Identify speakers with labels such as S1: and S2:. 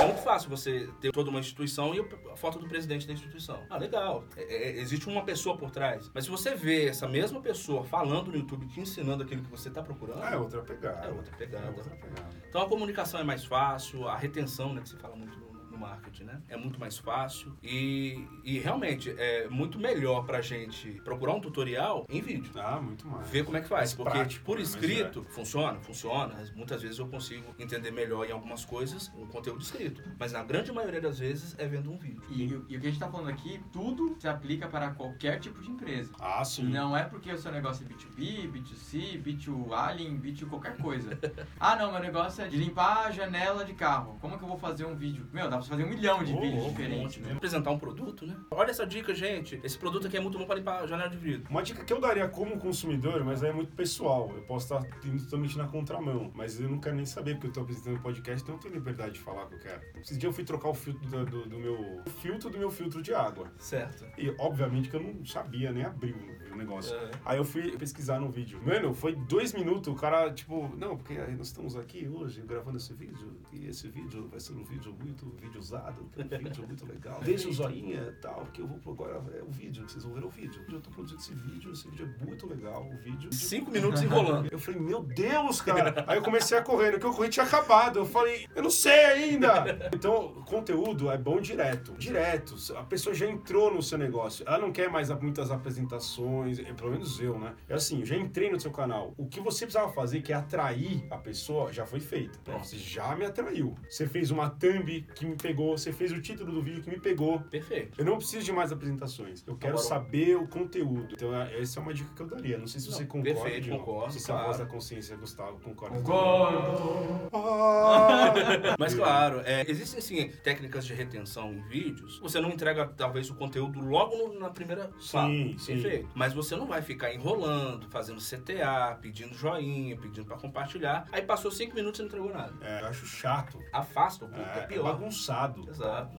S1: É fácil você ter toda uma instituição e a foto do presidente da instituição. Ah, legal. É, é, existe uma pessoa por trás. Mas se você vê essa mesma pessoa falando no YouTube, te ensinando aquilo que você está procurando.
S2: Ah, é outra pegada.
S1: É outra pegada. É outra pegada. Então a comunicação é mais fácil, a retenção, né, que se fala muito no marketing, né? É muito mais fácil e, e realmente é muito melhor pra gente procurar um tutorial em vídeo.
S2: Ah, muito mais.
S1: Ver como é que faz,
S2: Mais
S1: porque
S2: prático,
S1: por
S2: né?
S1: escrito funciona, funciona. Muitas vezes eu consigo entender melhor em algumas coisas o conteúdo escrito, mas na grande maioria das vezes é vendo um vídeo.
S3: E, e o que a gente tá falando aqui, tudo se aplica para qualquer tipo de empresa.
S2: Ah, sim.
S3: Não é porque o seu negócio é B2B, B2C, B2 Alien, B2 qualquer coisa. ah, não, meu negócio é de limpar a janela de carro. Como que eu vou fazer um vídeo? Meu, dá pra fazer um milhão de
S2: Ô,
S3: vídeos
S2: louco,
S3: diferentes.
S2: um monte, né?
S1: Apresentar um produto, né? Olha essa dica, gente. Esse produto aqui é muito bom para limpar a janela de vidro.
S2: Uma dica que eu daria como consumidor, mas aí é muito pessoal. Eu posso estar indo totalmente na contramão, mas eu não quero nem saber porque eu tô apresentando podcast, então eu tenho liberdade de falar o que eu quero. Esses dias eu fui trocar o filtro da- do, do meu o filtro do meu filtro de água.
S1: Certo.
S2: E obviamente que eu não sabia nem abrir o o negócio.
S1: É.
S2: Aí eu fui pesquisar no vídeo. Mano, foi dois minutos, o cara, tipo, não, porque nós estamos aqui hoje gravando esse vídeo, e esse vídeo vai ser um vídeo muito vídeo usado, que é um vídeo muito legal. Deixa o joinha e tal, porque eu vou pro- agora é o vídeo, vocês vão ver o vídeo. Eu tô produzindo esse vídeo, esse vídeo é muito legal, o vídeo.
S1: Cinco minutos enrolando.
S2: Eu falei, meu Deus, cara. Aí eu comecei a correr, no que eu corri tinha acabado. Eu falei, eu não sei ainda. Então, conteúdo é bom direto. Direto. A pessoa já entrou no seu negócio. Ela não quer mais muitas apresentações, é, pelo menos eu, né? É assim, eu já entrei no seu canal. O que você precisava fazer, que é atrair a pessoa, já foi feito. Então, Você já me atraiu. Você fez uma thumb que me pegou, você fez o título do vídeo que me pegou.
S1: Perfeito.
S2: Eu não preciso de mais apresentações. Eu quero
S1: Agora-
S2: saber o conteúdo. Então, é- essa é uma dica que eu daria. Não sei se
S1: Não,
S2: você concorda.
S1: perfeito,
S2: Diogo.
S1: concordo,
S2: Se
S1: claro.
S2: a voz da consciência, é Gustavo, concorda.
S3: Concordo.
S2: Ah!
S1: Mas claro, é, existem sim técnicas de retenção em vídeos. Você não entrega talvez o conteúdo logo no- na primeira fala.
S2: Sim, sim.
S1: Perfeito. Mas você não vai ficar enrolando, fazendo CTA, pedindo joinha, pedindo pra compartilhar. Aí passou cinco minutos e não entregou nada.
S2: É, eu acho chato.
S1: Afasta o público, é,
S2: É, é
S1: pior.
S2: bagunçado.
S1: Exato.